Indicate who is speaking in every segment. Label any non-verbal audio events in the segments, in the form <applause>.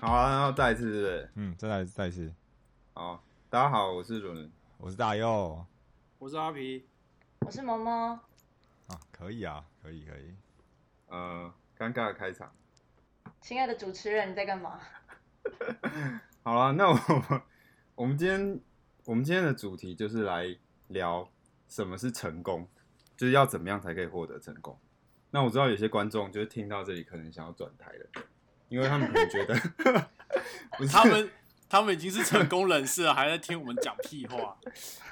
Speaker 1: 好啊，然后再一次是不是？
Speaker 2: 嗯，再来再一次，
Speaker 1: 好，大家好，我是伦伦。
Speaker 2: 我是大佑
Speaker 3: 我是阿皮，
Speaker 4: 我是萌萌，
Speaker 2: 啊，可以啊，可以可以，
Speaker 1: 呃，尴尬的开场。
Speaker 4: 亲爱的主持人，你在干嘛？
Speaker 1: 好了，那我们我们今天我们今天的主题就是来聊什么是成功，就是要怎么样才可以获得成功。那我知道有些观众就是听到这里可能想要转台了，因为他们可能觉得 <laughs> 不是
Speaker 3: 他们他们已经是成功人士了， <laughs> 还在听我们讲屁话。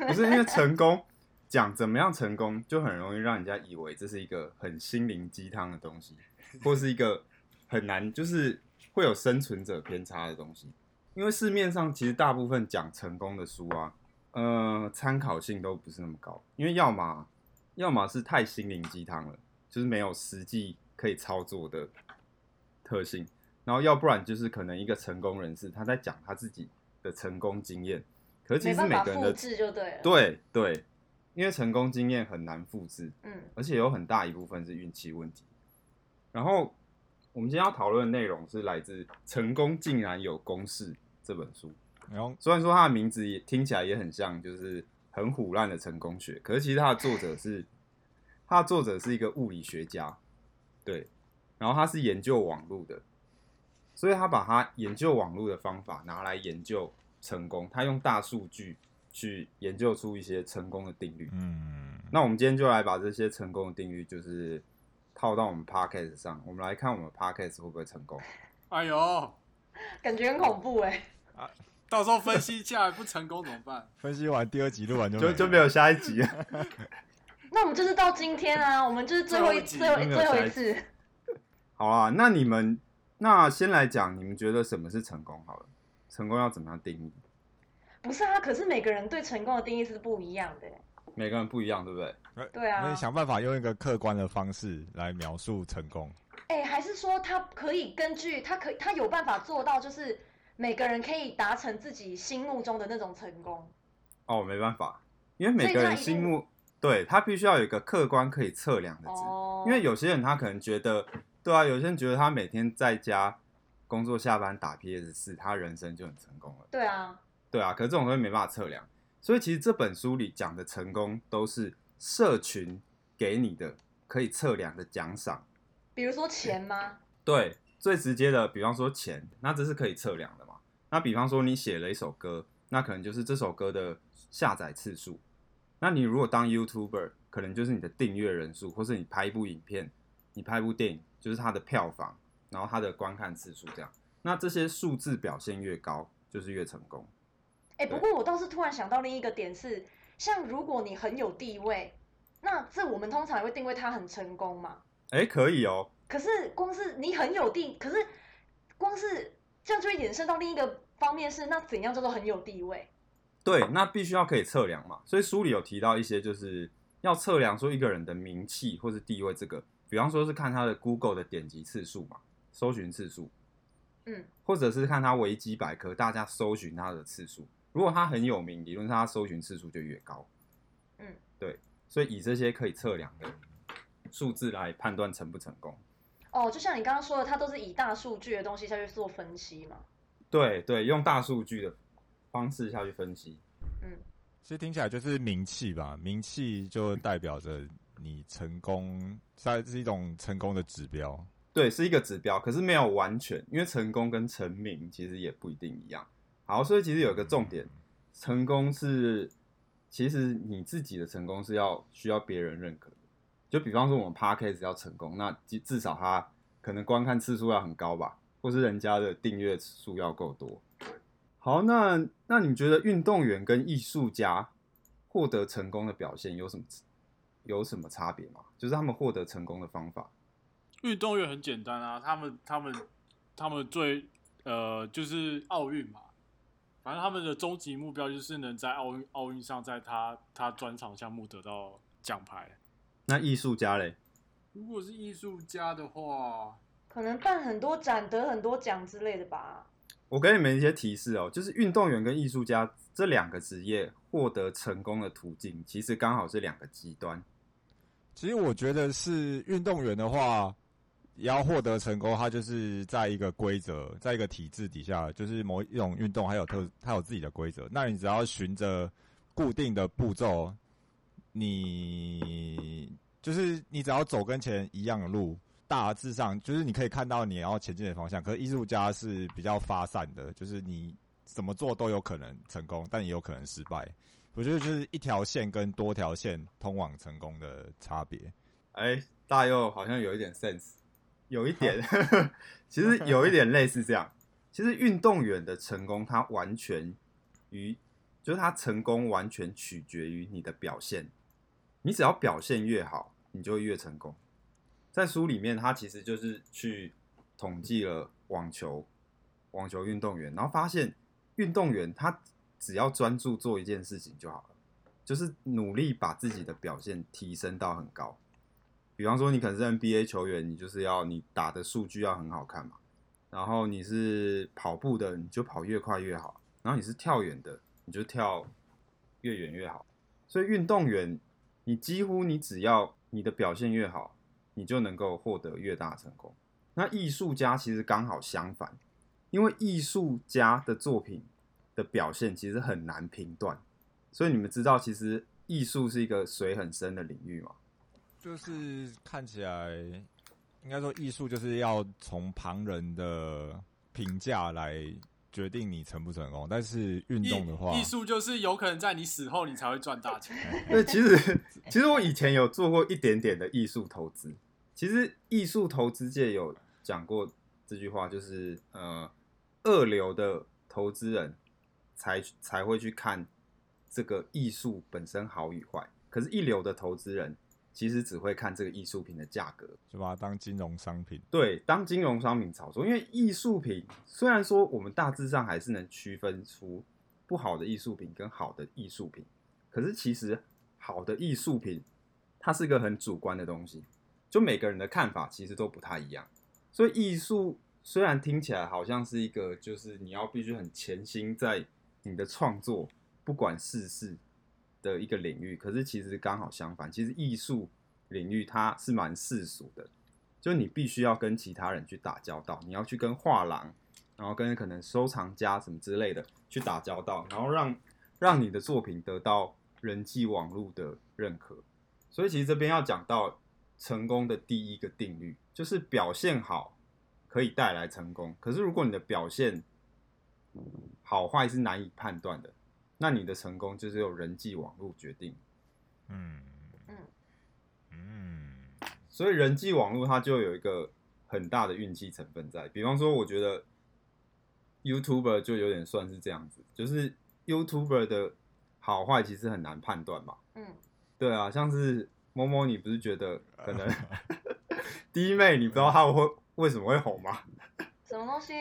Speaker 1: 不是因为成功讲怎么样成功，就很容易让人家以为这是一个很心灵鸡汤的东西，或是一个很难就是会有生存者偏差的东西。因为市面上其实大部分讲成功的书啊，呃，参考性都不是那么高，因为要么要么是太心灵鸡汤了，就是没有实际可以操作的特性，然后要不然就是可能一个成功人士他在讲他自己的成功经验，可是其
Speaker 4: 没
Speaker 1: 实
Speaker 4: 办
Speaker 1: 每
Speaker 4: 法
Speaker 1: 个人
Speaker 4: 复
Speaker 1: 的
Speaker 4: 制就对了。，
Speaker 1: 对对，因为成功经验很难复制，
Speaker 4: 嗯，
Speaker 1: 而且有很大一部分是运气问题。然后我们今天要讨论的内容是来自《成功竟然有公式》这本书。
Speaker 2: 然后
Speaker 1: 虽然说它的名字也听起来也很像，就是很虎烂的成功学，可是其实它的作者是，它的作者是一个物理学家，对，然后他是研究网络的，所以他把他研究网络的方法拿来研究成功，他用大数据去研究出一些成功的定律。
Speaker 2: 嗯，
Speaker 1: 那我们今天就来把这些成功的定律，就是套到我们 podcast 上，我们来看我们 podcast 会不会成功。
Speaker 3: 哎呦，
Speaker 4: 感觉很恐怖哎、
Speaker 3: 到时候分析下来不成功怎么办？
Speaker 2: 分析完第二集录完就
Speaker 1: 就就没有下一集了。
Speaker 4: 那我们就是到今天啊，我们就是最后一
Speaker 3: 最
Speaker 4: 最
Speaker 3: 后
Speaker 4: 后
Speaker 1: 一集
Speaker 4: 最后一次，
Speaker 1: 好啊，那你们那先来讲，你们觉得什么是成功？好了，成功要怎么样定义？
Speaker 4: 不是啊？可是每个人对成功的定义是不一样的欸、
Speaker 1: 每个人不一样，对不对？
Speaker 2: 有
Speaker 4: 对啊
Speaker 2: 那你想办法用一个客观的方式来描述成功，
Speaker 4: 哎、还是说他可以根据他可他有办法做到，就是每个人可以达成自己心目中的那种成功。
Speaker 1: 哦，没办法，因为每个人心目对他必须要有一个客观可以测量的值，
Speaker 4: 哦，
Speaker 1: 因为有些人他可能觉得，对啊，有些人觉得他每天在家工作、下班打 PS 四，他人生就很成功了。
Speaker 4: 对啊，
Speaker 1: 对啊，可是这种东西没办法测量，所以其实这本书里讲的成功都是社群给你的可以测量的奖赏。
Speaker 4: 比如说钱吗？
Speaker 1: 对，最直接的，比方说钱，那这是可以测量的嘛？那比方说你写了一首歌，那可能就是这首歌的下载次数。那你如果当 YouTuber，可能就是你的订阅人数，或是你拍一部影片，你拍一部电影，就是它的票房，然后它的观看次数这样。那这些数字表现越高，就是越成功。
Speaker 4: 哎、
Speaker 1: 对
Speaker 4: 不过我倒是突然想到另一个点是，像如果你很有地位，那这我们通常也会定位他很成功嘛。
Speaker 1: 哎，可以哦，
Speaker 4: 可是光是你很有地，可是光是这样就会衍生到另一个方面是，那怎样叫做很有地位？
Speaker 1: 对，那必须要可以测量嘛。所以书里有提到一些，就是要测量说一个人的名气或是地位，这个，比方说是看他的 Google 的点击次数嘛，搜寻次数，
Speaker 4: 嗯，
Speaker 1: 或者是看他维基百科大家搜寻他的次数。如果他很有名，理论上他搜寻次数就越高。
Speaker 4: 嗯，
Speaker 1: 对，所以以这些可以测量的数字来判断成不成功。
Speaker 4: 哦，就像你刚刚说的，它都是以大数据的东西下去做分析嘛。
Speaker 1: 对对，用大数据的方式下去分析。
Speaker 2: 其实听起来就是名气吧，名气就代表着你成功，它是一种成功的指标，
Speaker 1: 对，是一个指标，可是没有完全，因为成功跟成名其实也不一定一样。好，所以其实有一个重点，成功是其实你自己的成功是要需要别人认可的。就比方说我们 podcast 要成功，那至至少它可能观看次数要很高吧，或是人家的订阅数要够多。好，那那你们觉得运动员跟艺术家获得成功的表现有什么有什么差别吗？就是他们获得成功的方法。
Speaker 3: 运动员很简单啊，他们他们他们最呃就是奥运嘛，反正他们的终极目标就是能在奥运奥运上，在他他专长项目得到奖牌。
Speaker 1: 那艺术家嘞？
Speaker 3: 如果是艺术家的话，
Speaker 4: 可能办很多展得很多奖之类的吧。
Speaker 1: 我给你们一些提示哦，就是运动员跟艺术家这两个职业获得成功的途径，其实刚好是两个极端。
Speaker 2: 其实我觉得是运动员的话，也要获得成功，它就是在一个规则，在一个体制底下，就是某一种运动，还有特，它有自己的规则。那你只要循着固定的步骤，你就是你只要走跟前一样的路，大致上就是你可以看到你要前进的方向。可是艺术家是比较发散的，就是你怎么做都有可能成功，但也有可能失败。我觉得就是一条线跟多条线通往成功的差别。
Speaker 1: 哎，大佑好像有一点 sense，有一点， <laughs> 其实有一点类似这样。其实运动员的成功，他完全于，就是他成功完全取决于你的表现。你只要表现越好，你就会越成功。在书里面，他其实就是去统计了网球网球运动员，然后发现运动员他只要专注做一件事情就好了，就是努力把自己的表现提升到很高。比方说，你可能是 NBA 球员，你就是要你打的数据要很好看嘛。然后你是跑步的，你就跑越快越好；然后你是跳远的，你就跳越远越好。所以运动员，你几乎你只要你的表现越好，你就能够获得越大成功。那艺术家其实刚好相反，因为艺术家的作品的表现其实很难评断，所以你们知道，其实艺术是一个水很深的领域嘛。
Speaker 2: 就是看起来，应该说艺术就是要从旁人的评价来决定你成不成功。但是运
Speaker 3: 艺
Speaker 2: 动的话，
Speaker 3: 艺术就是有可能在你死后你才会赚
Speaker 2: <laughs>
Speaker 3: 大钱。
Speaker 1: 对，其实其实我以前有做过一点点的艺术投资。其实艺术投资界有讲过这句话，就是呃，二流的投资人才才会去看这个艺术本身好与坏，可是，一流的投资人其实只会看这个艺术品的价格。
Speaker 2: 就把它当金融商品。
Speaker 1: 对，当金融商品炒作，因为艺术品虽然说我们大致上还是能区分出不好的艺术品跟好的艺术品，可是其实好的艺术品它是一个很主观的东西，就每个人的看法其实都不太一样。所以艺术虽然听起来好像是一个，就是你要必须很潜心在你的创作，不管世事的一个领域，可是其实刚好相反，其实艺术领域它是蛮世俗的，就你必须要跟其他人去打交道，你要去跟画廊，然后跟可能收藏家什么之类的去打交道，然后让让你的作品得到人际网络的认可。所以其实这边要讲到成功的第一个定律，就是表现好可以带来成功。可是如果你的表现好坏是难以判断的，那你的成功就是由人际网络决定。
Speaker 2: 嗯
Speaker 4: 嗯
Speaker 2: 嗯，
Speaker 1: 所以人际网络它就有一个很大的运气成分在。比方说，我觉得 YouTuber 就有点算是这样子，就是 YouTuber 的好坏其实很难判断嘛。
Speaker 4: 嗯，
Speaker 1: 对啊，像是某某，你不是觉得可能弟妹，你不知道她会为什么会红吗？
Speaker 4: 什么东西？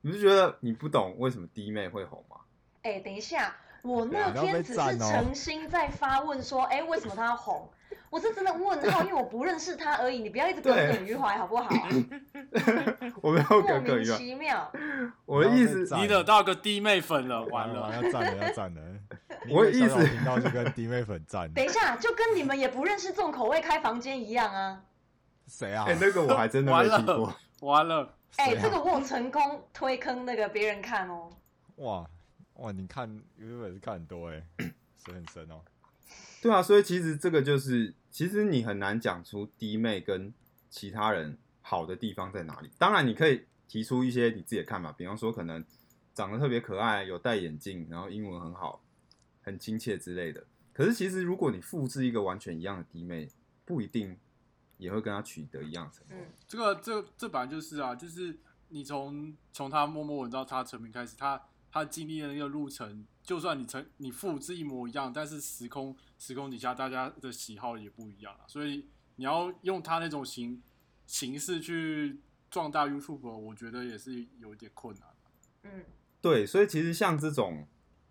Speaker 1: 你不是觉得你不懂为什么弟妹会红吗？
Speaker 4: 哎、等一下，我那
Speaker 2: 不要被
Speaker 4: 天只是
Speaker 2: 赞哦
Speaker 4: 诚心在发问说，哎、为什么他要红？我是真的问号，因为我不认识他而已。你不要一直耿耿于怀
Speaker 2: <laughs>
Speaker 4: 好不好？
Speaker 1: 我没有
Speaker 4: 莫
Speaker 1: 耿耿
Speaker 4: 名
Speaker 1: 于怀，
Speaker 4: 其妙。
Speaker 1: 我的意思
Speaker 2: 然后再赞
Speaker 3: 你惹到个弟妹粉了，完
Speaker 2: 完
Speaker 3: 了。
Speaker 2: 要赞了，要赞 <laughs> 了。
Speaker 1: 我的意思
Speaker 2: 听到就跟弟妹粉赞
Speaker 4: <laughs> 等一下，就跟你们也不认识重口味开房间一样啊！
Speaker 2: 谁啊
Speaker 1: 哎、？那个我还真的没听过。
Speaker 3: 完了，
Speaker 4: 哎、
Speaker 2: 谁啊
Speaker 4: 这个我有成功推坑那个别人看哦。
Speaker 2: 哇哇，你看 YouTube 是看很多哎，水很深哦。
Speaker 1: 对啊，所以其实这个就是，其实你很难讲出弟妹跟其他人好的地方在哪里。当然，你可以提出一些你自己的看法，比方说可能长得特别可爱，有戴眼镜，然后英文很好，很亲切之类的。可是其实如果你复制一个完全一样的弟妹，不一定也会跟她取得一样的成功。
Speaker 4: 嗯
Speaker 3: 这个这这本来就是啊，就是你从从他默默闻到他成名开始，他他经历的那个路程，就算你成你复制一模一样，但是时空时空底下大家的喜好也不一样啊，所以你要用他那种形形式去壮大 YouTube，我觉得也是有一点困难。
Speaker 4: 嗯，
Speaker 1: 对，所以其实像这种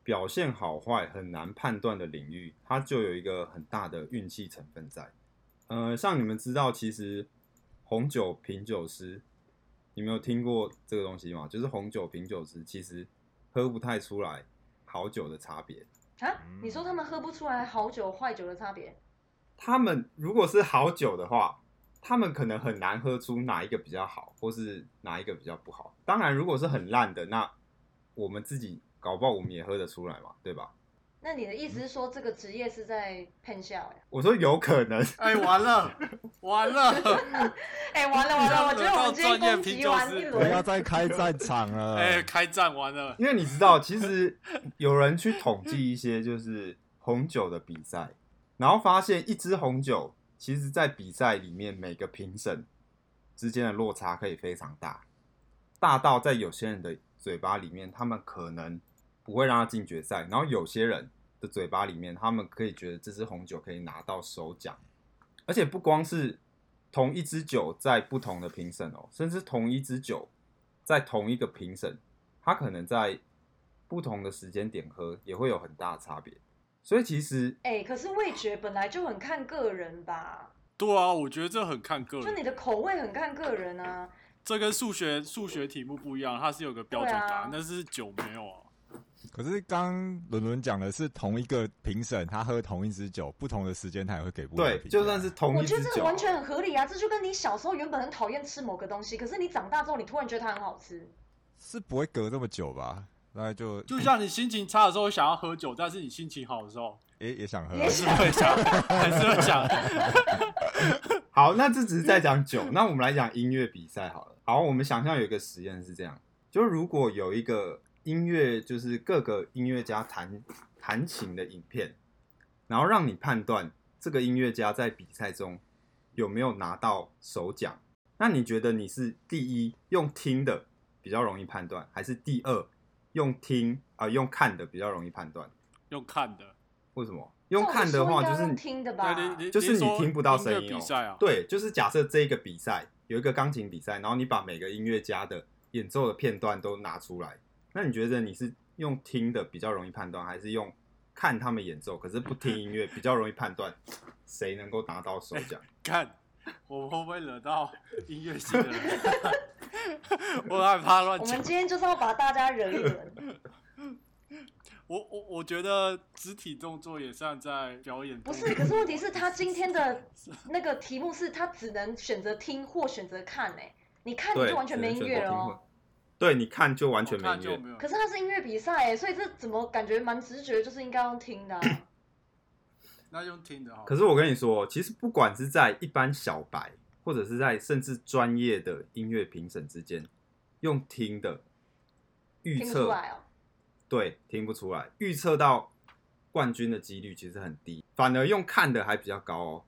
Speaker 1: 表现好坏很难判断的领域，它就有一个很大的运气成分在。呃，像你们知道，其实红酒品酒师，你们有听过这个东西吗？就是红酒品酒师其实喝不太出来好酒的差别。
Speaker 4: 啊，
Speaker 2: 嗯
Speaker 4: 你说他们喝不出来好酒坏酒的差别？
Speaker 1: 他们如果是好酒的话，他们可能很难喝出哪一个比较好，或是哪一个比较不好。当然，如果是很烂的，那我们自己搞不好我们也喝得出来嘛，对吧？
Speaker 4: 那你的意思是说，这个职业是在骗笑呀？
Speaker 1: 我说有可能，
Speaker 5: 哎，完
Speaker 3: <laughs>
Speaker 5: 了，完了， <laughs>
Speaker 4: 哎、完了完了，我觉得我们今天攻击完一
Speaker 2: 不要
Speaker 4: 轮，
Speaker 2: 再开战场了。
Speaker 3: <laughs> 哎，开战完了，
Speaker 1: 因为你知道，其实有人去统计一些就是红酒的比赛，然后发现一支红酒，其实在比赛里面每个评审之间的落差可以非常大，大到在有些人的嘴巴里面，他们可能不会让他进决赛，然后有些人的嘴巴里面，他们可以觉得这支红酒可以拿到首奖，而且不光是同一支酒在不同的评审哦，甚至同一支酒在同一个评审它可能在不同的时间点喝也会有很大的差别。所以其实
Speaker 4: 哎、可是味觉本来就很看个人吧，
Speaker 3: 对啊，我觉得这很看
Speaker 1: 嗯
Speaker 3: 个
Speaker 4: 就你
Speaker 3: 人，
Speaker 4: 的口味很看个人啊。
Speaker 3: 这跟数学数学题目不一样，它是有个标准答案，
Speaker 4: 对啊
Speaker 3: 但是酒没有啊。
Speaker 2: 可是刚伦伦讲的是同一个评审，他喝同一支酒，不同的时间他也会给不同的
Speaker 1: 对，
Speaker 2: 评价
Speaker 1: 就算是同
Speaker 4: 我
Speaker 1: 一
Speaker 4: 觉
Speaker 1: 支
Speaker 4: 得这
Speaker 1: 酒
Speaker 4: 个，完全很合理啊，这就跟你小时候原本很讨厌吃某个东西，可是你长大之后，你突然觉得它很好吃。
Speaker 2: 是不会隔这么久吧？大概就
Speaker 3: 就像你心情差的时候想要喝酒，但是你心情好的时候 <laughs>
Speaker 2: 也也
Speaker 1: 呃
Speaker 2: 想喝，
Speaker 4: 也
Speaker 3: 是
Speaker 1: 啊
Speaker 3: 会想，还是会想。
Speaker 1: 好，那这只是在讲酒，那我们来讲音乐比赛好了。好，我们想象有一个实验是这样：就如果有一个音乐，就是各个音乐家弹弹琴的影片，然后让你判断这个音乐家在比赛中有没有拿到首奖，那你觉得你是第一用听的比较容易判断，还是第二用听啊、用看的比较容易判断？
Speaker 3: 用看
Speaker 4: <laughs>
Speaker 3: 的，
Speaker 1: 为什么？用看的话
Speaker 4: 这
Speaker 1: 就是你
Speaker 4: 种说应该用听的吧，
Speaker 3: 对，你
Speaker 1: 就是你听不到声音、哦。
Speaker 3: 音乐比赛啊，，
Speaker 1: 对，就是假设这一个比赛有一个钢琴比赛，然后你把每个音乐家的演奏的片段都拿出来，那你觉得你是用听的比较容易判断，还是用看他们演奏，可是不听音乐比较容易判断谁能够拿到首奖？
Speaker 3: 看我们会不会惹到音乐系的人？ <laughs> 我害怕乱
Speaker 4: 我
Speaker 3: 讲
Speaker 4: 们。今天就是要把大家惹一轮，
Speaker 3: 我我我觉得肢体动作也算在表演
Speaker 4: 不
Speaker 3: 中。
Speaker 4: 是？可是问题是，他今天的那个题目是他只能选择听或选择看、哎，你看你
Speaker 1: 对，
Speaker 4: 就完全没音乐了
Speaker 1: 只能选择听
Speaker 4: 哦
Speaker 1: 或。对，你看就完全
Speaker 3: 我
Speaker 1: 没
Speaker 3: 哦看
Speaker 1: 音
Speaker 3: 就
Speaker 1: 乐。
Speaker 3: 没有。
Speaker 4: 可是它是音乐比赛哎，所以这怎么感觉蛮直觉，就是应该用听的、啊。
Speaker 3: 那用听的好了。
Speaker 1: 可是我跟你说，其实不管是在一般小白，或者是在甚至专业的音乐评审之间，用听的预
Speaker 4: 听不出
Speaker 1: 测
Speaker 4: 来哦。
Speaker 1: 对，听不出来，预测到冠军的几率其实很低，反而用看的还比较高哦。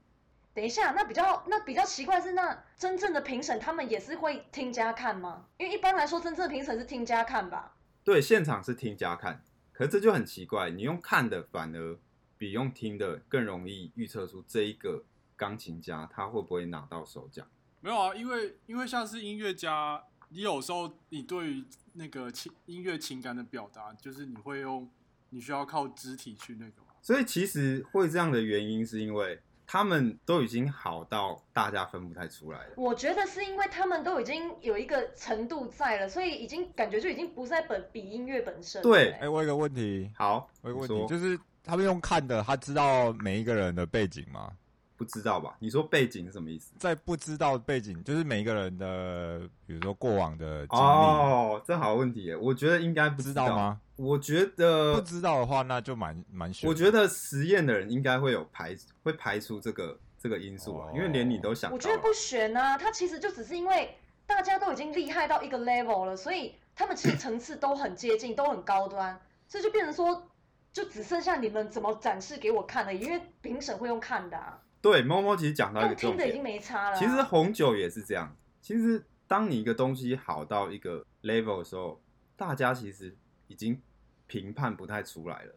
Speaker 4: 等一下，那比较那比较奇怪是，那真正的评审他们也是会听加看吗？因为一般来说，真正的评审是听加看吧？
Speaker 1: 对，现场是听加看，可是这就很奇怪，你用看的反而比用听的更容易预测出这一个钢琴家他会不会拿到首奖。
Speaker 3: 没有啊，因为因为像是音乐家，你有时候你对于那个情音乐情感的表达，就是你会用，你需要靠肢体去那个嘛。
Speaker 1: 所以其实会这样的原因是因为他们都已经好到大家分不太出来了。
Speaker 4: 我觉得是因为他们都已经有一个程度在了，所以已经感觉就已经不是在本比音乐本身了。欸
Speaker 1: 对
Speaker 2: 哎、我有个问题，
Speaker 1: 好，
Speaker 2: 我有个问
Speaker 1: 你
Speaker 2: 题，
Speaker 1: 说
Speaker 2: 就是他们用看的，他知道每一个人的背景吗？
Speaker 1: 不知道吧？你说背景是什么意思？
Speaker 2: 在不知道背景，就是每一个人的，比如说过往的经历，
Speaker 1: 哦，这好问题耶，我觉得应该不
Speaker 2: 知道吗？
Speaker 1: 我觉得
Speaker 2: 不知道的话，那就蛮蛮悬的。
Speaker 1: 我觉得实验的人应该会有排会排除这个这个因素啊，
Speaker 2: 哦
Speaker 1: 因为连你都想到
Speaker 4: 我
Speaker 1: 了
Speaker 4: 觉得不悬啊，他其实就只是因为大家都已经厉害到一个 level 了，所以他们其实层次都很接近，都很高端，所以就变成说，就只剩下你们怎么展示给我看了，因为评审会用看的啊，
Speaker 1: 对。猫猫其实讲到一个
Speaker 4: 用
Speaker 1: 重
Speaker 4: 听的已经
Speaker 1: 点，
Speaker 4: 没差了啊、
Speaker 1: 其实红酒也是这样。其实当你一个东西好到一个 level 的时候，大家其实已经评判不太出来了，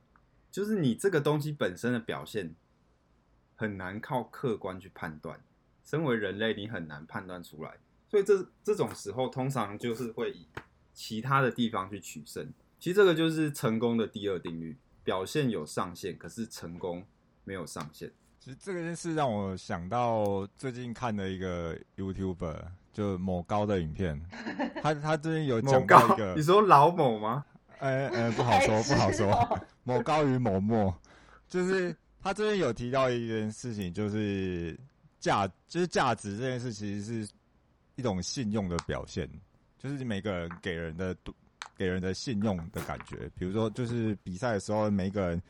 Speaker 1: 就是你这个东西本身的表现很难靠客观去判断。身为人类，你很难判断出来，所以这这种时候通常就是会以其他的地方去取胜。其实这个就是成功的第二定律，表现有上限，可是成功没有上限。
Speaker 2: 其实这个件事让我想到最近看的一个 YouTuber，就某高的影片，他他最近有
Speaker 1: 某
Speaker 2: 讲到一
Speaker 1: 高，
Speaker 2: 个
Speaker 1: 你，说老某吗？
Speaker 2: 呃呃，不好说，不好说。
Speaker 4: 白痴哦
Speaker 2: <laughs> 某高与某莫，就是他最近有提到一件事情，就是价，就是价值这件事，其实是一种信用的表现，就是每个人给人的度给人的信用的感觉。比如说，就是比赛的时候，每一个人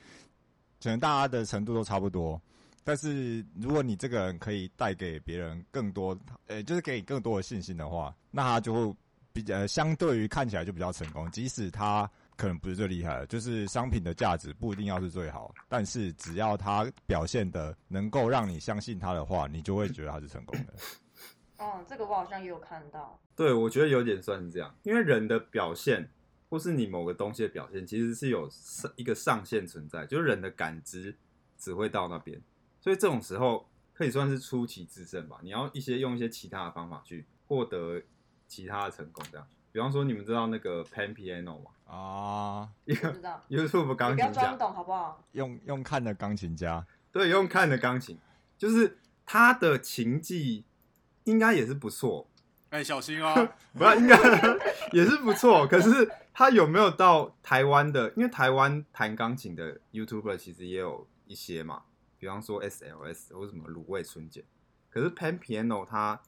Speaker 2: 可能大家的程度都差不多，但是如果你这个人可以带给别人更多，呃，就是给你更多的信心的话，那他就会比较、呃相对于看起来就比较成功，即使他。可能不是最厉害的，就是商品的价值不一定要是最好，但是只要他表现的能够让你相信他的话，你就会觉得他是成功的。
Speaker 4: 嗯，这个我好像也有看
Speaker 1: <laughs>
Speaker 4: 到。
Speaker 1: 对，我觉得有点算是这样，因为人的表现，或是你某个东西的表现，其实是有上一个上限存在，就是人的感知只会到那边，所以这种时候可以算是出奇制胜吧。你要一些用一些其他的方法去获得其他的成功，这样。比方说，你们知道那个 Pan Piano 吗
Speaker 2: 啊，
Speaker 1: 一
Speaker 4: 我
Speaker 1: 个
Speaker 4: 知道，
Speaker 1: YouTube
Speaker 4: 你
Speaker 1: 钢
Speaker 4: 不要
Speaker 1: 琴
Speaker 4: 装
Speaker 1: 家，
Speaker 4: 懂好不好？
Speaker 2: 用用看的钢琴家，
Speaker 1: 对，用看的钢琴，就是他的琴技应该也是不错，
Speaker 5: 哎、小心
Speaker 1: <laughs>
Speaker 5: 哦！
Speaker 1: 不是，应该也是不错。可是他有没有到台湾的？因为台湾弹钢琴的 YouTuber 其实也有一些嘛，比方说 SLS 或什么卤味春姐。可是 Pan Piano 它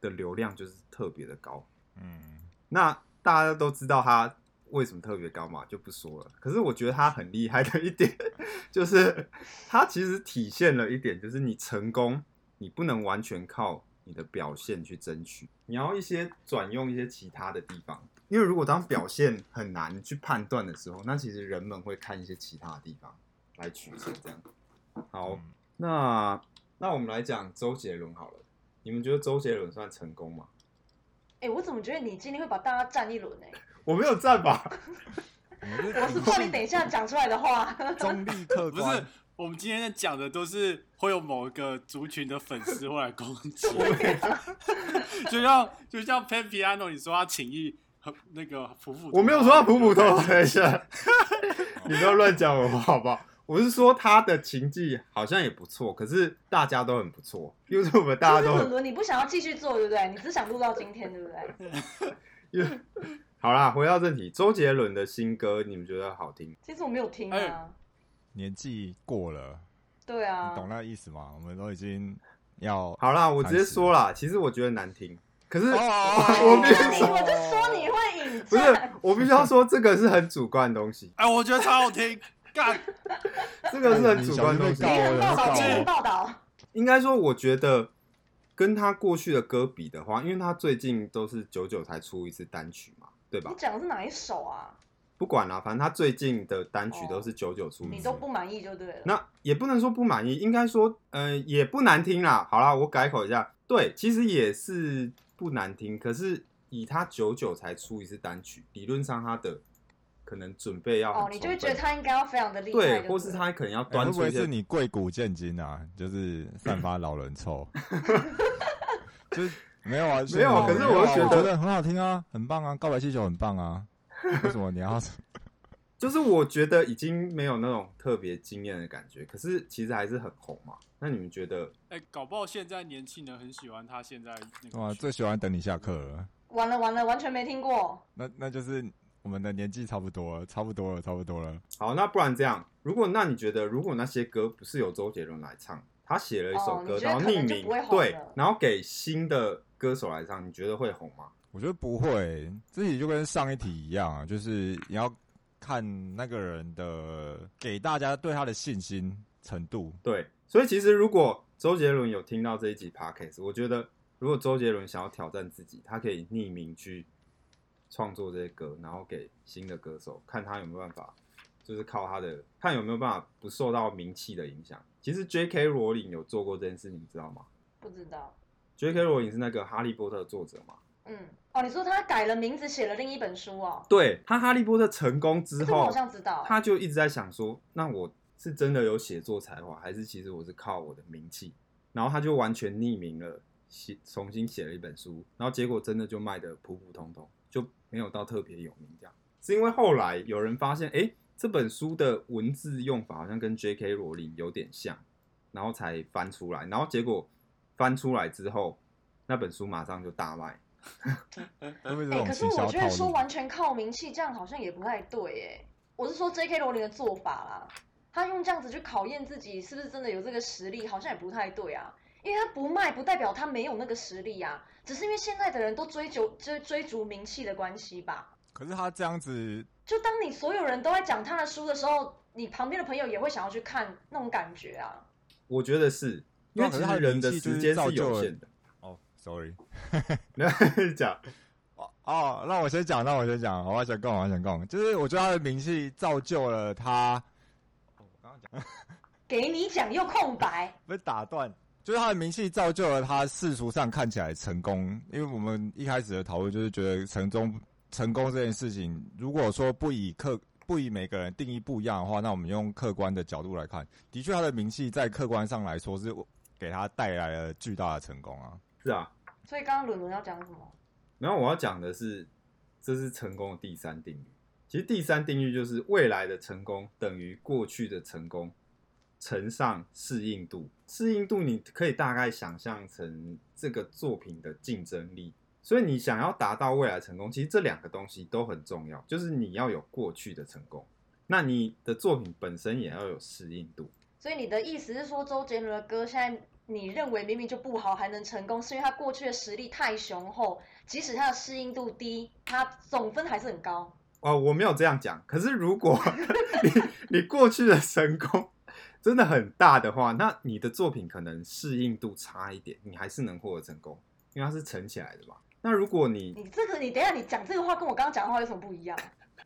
Speaker 1: 的流量就是特别的高。
Speaker 2: 嗯，
Speaker 1: 那大家都知道他为什么特别高嘛，就不说了。可是我觉得他很厉害的一点， <laughs> 就是他其实体现了一点，就是你成功，你不能完全靠你的表现去争取，你要一些转用一些其他的地方。因为如果当表现很难去判断的时候，那其实人们会看一些其他的地方来取胜。这样，好，
Speaker 2: 嗯
Speaker 1: 那那我们来讲周杰伦好了。你们觉得周杰伦算成功吗？
Speaker 4: 哎、我怎么觉得你今天会把大家站一
Speaker 1: <laughs>
Speaker 4: 轮呢、
Speaker 1: 我没有站吧？
Speaker 2: 我们
Speaker 4: 我是怕你等一下讲出来的话，
Speaker 2: 中立客
Speaker 5: 不是
Speaker 2: 观，，
Speaker 5: 我们今天在讲的都是会有某一个族群的粉丝会来攻
Speaker 1: <laughs>
Speaker 5: 击，
Speaker 1: 啊
Speaker 3: <laughs> 就像就像 Pan Piano，你说他情谊很那个普普，
Speaker 1: 我没有说他普普通通，等一下， <laughs> 你不要乱讲我好不好？我是说他的琴技好像也不错，可是大家都很不错，YouTube 大
Speaker 4: <laughs> 就是
Speaker 1: 家都
Speaker 4: 伦
Speaker 1: 很
Speaker 4: 伦，你不想要继续做，对不对？你只想录到今天，对不对？
Speaker 1: You- 好啦，回到正题，周杰伦的新歌你们觉得好听？
Speaker 4: 其实我没有听啊，
Speaker 2: 年纪过了，
Speaker 4: 对啊
Speaker 2: 哎你，懂那个意思吗？我们都已经要
Speaker 1: 好啦，我直接说啦，其实我觉得难听，可是
Speaker 2: 哦
Speaker 1: 我必须
Speaker 4: 我就说哎你会引
Speaker 1: 不是
Speaker 4: 战，
Speaker 1: 我必须要说这个是很主观的东西，
Speaker 5: 哎、我觉得超好听，干，
Speaker 1: 这个是很主观的东
Speaker 2: 哎你
Speaker 1: 西
Speaker 2: 小。
Speaker 4: 别
Speaker 2: 心
Speaker 4: 人报道，
Speaker 2: 告我
Speaker 4: 别人报道，
Speaker 1: 应该说，我觉得跟他过去的歌比的话，因为他最近都是久久才出一次单曲嘛，对吧
Speaker 4: 你？讲的是哪一首啊？
Speaker 1: 不管啦、反正他最近的单曲都是九九出
Speaker 4: 哦你
Speaker 1: 名。
Speaker 4: 都不满意就对了。
Speaker 1: 那也不能说不满意，应该说，呃，也不难听啦。好啦，我改口一下，对，其实也是不难听，可是以他九九才出一次单曲，理论上他的可能准备要
Speaker 4: 哦，
Speaker 1: 很
Speaker 4: 你就
Speaker 1: 充
Speaker 4: 会
Speaker 1: 分
Speaker 4: 觉得他应该要非常的厉害，
Speaker 1: 对，
Speaker 4: 不
Speaker 1: 或是他可能要
Speaker 2: 哎会
Speaker 1: 端
Speaker 2: 不
Speaker 1: 出
Speaker 2: 会
Speaker 1: 一些
Speaker 2: 是你贵骨见金啊？就是散发老
Speaker 1: <laughs>
Speaker 2: 人臭，就是没有啊，
Speaker 1: 没有
Speaker 2: 啊
Speaker 1: 可是
Speaker 2: 没有
Speaker 1: 我
Speaker 2: 啊
Speaker 1: 觉
Speaker 2: 我
Speaker 1: 得
Speaker 2: 很好听啊，很棒啊，告白气球很棒啊，为什么你要？
Speaker 1: 就是我觉得已经没有那种特别惊艳的感觉，可是其实还是很红嘛。那你们觉得
Speaker 3: 哎、搞不好现在年轻人很喜欢他现在那个
Speaker 2: 哇，
Speaker 3: 曲
Speaker 2: 最喜欢等你下课了。
Speaker 4: 完了完了，完全没听过。
Speaker 2: 那那就是我们的年纪差不多了，差不多了，差不多了。
Speaker 1: 好？那不然这样，如果那你觉得，如果那些歌不是由周杰伦来唱，他写了一首
Speaker 4: 哦
Speaker 1: 歌，
Speaker 4: 你觉得
Speaker 1: 然后
Speaker 4: 可能
Speaker 1: 匿
Speaker 4: 就
Speaker 1: 名
Speaker 4: 不会红
Speaker 1: 对
Speaker 4: 了，
Speaker 1: 然后给新的歌手来唱，你觉得会红吗？
Speaker 2: 我觉得不会，这也就跟上一题一样啊，就是你要看那个人的给大家对他的信心程度。
Speaker 1: 对，所以其实如果周杰伦有听到这一集 podcast，我觉得如果周杰伦想要挑战自己，他可以匿名去创作这些歌，然后给新的歌手看他有没有办法，就是靠他的看有没有办法不受到名气的影响。其实 J.K. 罗琳有做过这件事，你知道吗
Speaker 4: 不知道。
Speaker 1: ？J.K. 罗琳是那个《哈利波特》的作者嘛？
Speaker 4: 嗯，哦，你说他改了名字，写了另一本书哦，
Speaker 1: 对他《哈利波特》成功之
Speaker 4: 这我
Speaker 1: 后
Speaker 4: 好，像知道。
Speaker 1: 他就一直在想说，那我是真的有写作才华，还是其实我是靠我的名气？然后他就完全匿名了，写重新写了一本书，然后结果真的就卖的普普通通，就没有到特别有名这样。是因为后来有人发现，哎，这本书的文字用法好像跟 J.K. 罗琳有点像，然后才翻出来，然后结果翻出来之后，那本书马上就大卖。
Speaker 2: 会不会这
Speaker 4: 哎、
Speaker 2: 种
Speaker 4: 可是
Speaker 2: 行
Speaker 4: 我
Speaker 2: 销
Speaker 4: 觉得
Speaker 2: 套
Speaker 4: 说
Speaker 2: 路？
Speaker 4: 完全靠名气，这样好像也不太对耶。我是说 J.K. 罗琳的做法啦，他用这样子去考验自己是不是真的有这个实力，好像也不太对啊。因为他不卖不代表他没有那个实力啊，只是因为现在的人都追求追追逐名气的关系吧。
Speaker 2: 可是他这样子，
Speaker 4: 就当你所有人都在讲他的书的时候，你旁边的朋友也会想要去看那种感觉啊。
Speaker 1: 我觉得是因为
Speaker 2: 啊可
Speaker 1: 其
Speaker 2: 是他
Speaker 1: 实
Speaker 2: 的
Speaker 1: 人的
Speaker 2: 名气就
Speaker 1: 时
Speaker 2: 是
Speaker 1: 间
Speaker 2: 造
Speaker 1: 是
Speaker 2: 就
Speaker 1: 有
Speaker 2: 了
Speaker 1: 限的。
Speaker 2: 哦，sorry，
Speaker 1: <laughs> 讲
Speaker 2: 哦哦，那我先讲，那我先讲，我要想讲，我要想讲，就是我觉得他的名气造就了他，哦我刚刚讲。
Speaker 4: 给你讲又空白，
Speaker 2: 不是打断，就是他的名气造就了他世俗上看起来成功。因为我们一开始的讨论就是觉得成功成功这件事情，如果说不以客不以每个人定义不一样的话，那我们用客观的角度来看，的确他的名气在客观上来说是给他带来了巨大的成功啊。
Speaker 1: 是啊，
Speaker 4: 所以刚刚伦伦要讲什么？
Speaker 1: 然后我要讲的是，这是成功的第三定律。其实第三定律就是未来的成功等于过去的成功乘上适应度。适应度你可以大概想象成这个作品的竞争力。所以你想要达到未来成功，其实这两个东西都很重要，就是你要有过去的成功，那你的作品本身也要有适应度。
Speaker 4: 所以你的意思是说，周杰伦的歌现在你认为明明就不好，还能成功，是因为他过去的实力太雄厚，即使他的适应度低，他总分还是很高。
Speaker 1: 哦，我没有这样讲。可是如
Speaker 4: <laughs>
Speaker 1: 果你你过去的成功真的很大的话，那你的作品可能适应度差一点，你还是能获得成功，因为它是撑起来的嘛。那如果你
Speaker 4: 你这个，你等一下你讲这个话跟我刚刚讲的话有什么不一样？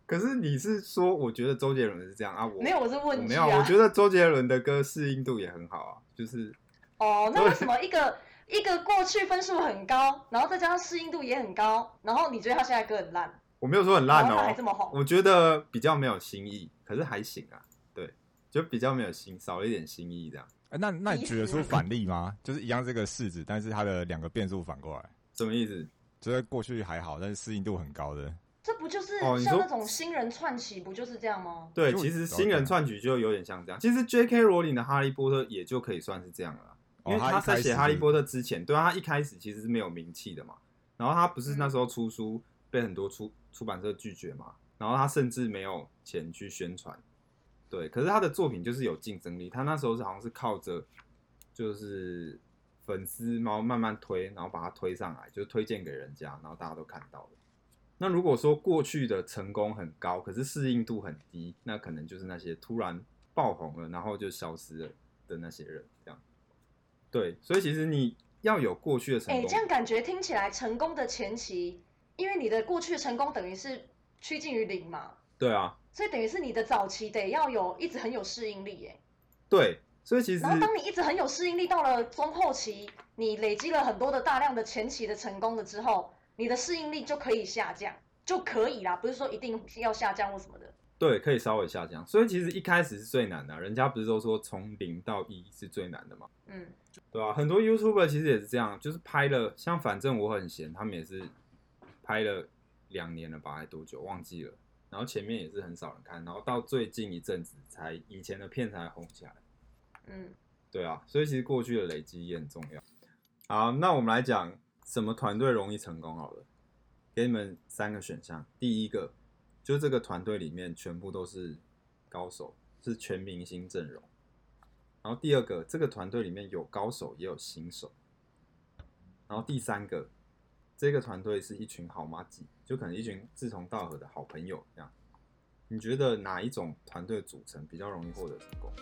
Speaker 1: 可是你是说，我觉得周杰伦是这样啊，我
Speaker 4: 没有，我是
Speaker 1: 我
Speaker 4: 问句
Speaker 1: 没
Speaker 4: 啊。
Speaker 1: 有，我觉得周杰伦的歌适应度也很好啊，就是
Speaker 4: 哦，那为什么一个一个过去分数很高，然后再加上适应度也很高，然后你觉得他现在歌很烂，
Speaker 1: 我没有说很烂
Speaker 4: 然后他还这
Speaker 1: 哦，
Speaker 4: 么红？
Speaker 1: 我觉得比较没有新意，可是还行啊，对，就比较没有新，少了一点新意这样，
Speaker 2: 哎，那那你
Speaker 4: 意思
Speaker 2: 举得出反例吗？就是一样这个式子，但是它的两个变数反过来，
Speaker 1: 什么意思？
Speaker 2: 就是过去还好，但是适应度很高的。
Speaker 4: 这不就是
Speaker 1: 哦你
Speaker 4: 像
Speaker 1: 说
Speaker 4: 那种新人串起，不就是这样吗？
Speaker 1: 对，
Speaker 2: 就
Speaker 1: 其实
Speaker 2: 了
Speaker 1: 新人
Speaker 2: 解
Speaker 1: 串曲就有点像这样。其实 J.K. 罗琳的《哈利波特》也就可以算是这样了啦，因
Speaker 2: 哦
Speaker 1: 为
Speaker 2: 他
Speaker 1: 他
Speaker 2: 一开
Speaker 1: 在写
Speaker 2: 始
Speaker 1: 《哈利波特》之前，对啊，他一开始其实是没有名气的嘛。然后他不是那时候出书被很多出出版社拒绝嘛，然后他甚至没有钱去宣传。对，可是他的作品就是有竞争力，他那时候是好像是靠着就是粉丝，然后慢慢推，然后把它推上来，就推荐给人家，然后大家都看到了。那如果说过去的成功很高，可是适应度很低，那可能就是那些突然爆红了，然后就消失了的那些人，这样。对，所以其实你要有过去的成
Speaker 4: 哎，
Speaker 1: 功
Speaker 4: 这，样感觉听起来成功的前期，因为你的过去的成功等于是趋近于零嘛，
Speaker 1: 对啊，
Speaker 4: 所以等于是你的早期得要有一直很有适应力耶。
Speaker 1: 对，所以其实
Speaker 4: 然后当你一直很有适应力，到了中后期，你累积了很多的大量的前期的成功了之后，你的适应力就可以下降，就可以啦，不是说一定要下降或什么的。
Speaker 1: 对可以稍微下降，所以其实一开始是最难的啊、人家不是都说从零到一是最难的嘛，
Speaker 4: 嗯，
Speaker 1: 对啊吧、很多 YouTuber 其实也是这样，就是拍了，像反正我很闲，他们也是拍了两年了吧，还多久忘记了。然后前面也是很少人看，然后到最近一阵子才以前的片才红起来。
Speaker 4: 嗯，
Speaker 1: 对啊，所以其实过去的累积也很重要。好，那我们来讲什么团队容易成功好了，给你们三个选项。第一个，就这个团队里面全部都是高手，是全明星阵容。然后第二个，这个团队里面有高手也有新手。然后第三个，这个团队是一群好妈鸡，就可能一群志同道合的好朋友这样。你觉得哪一种团队组成比较容易获得成功？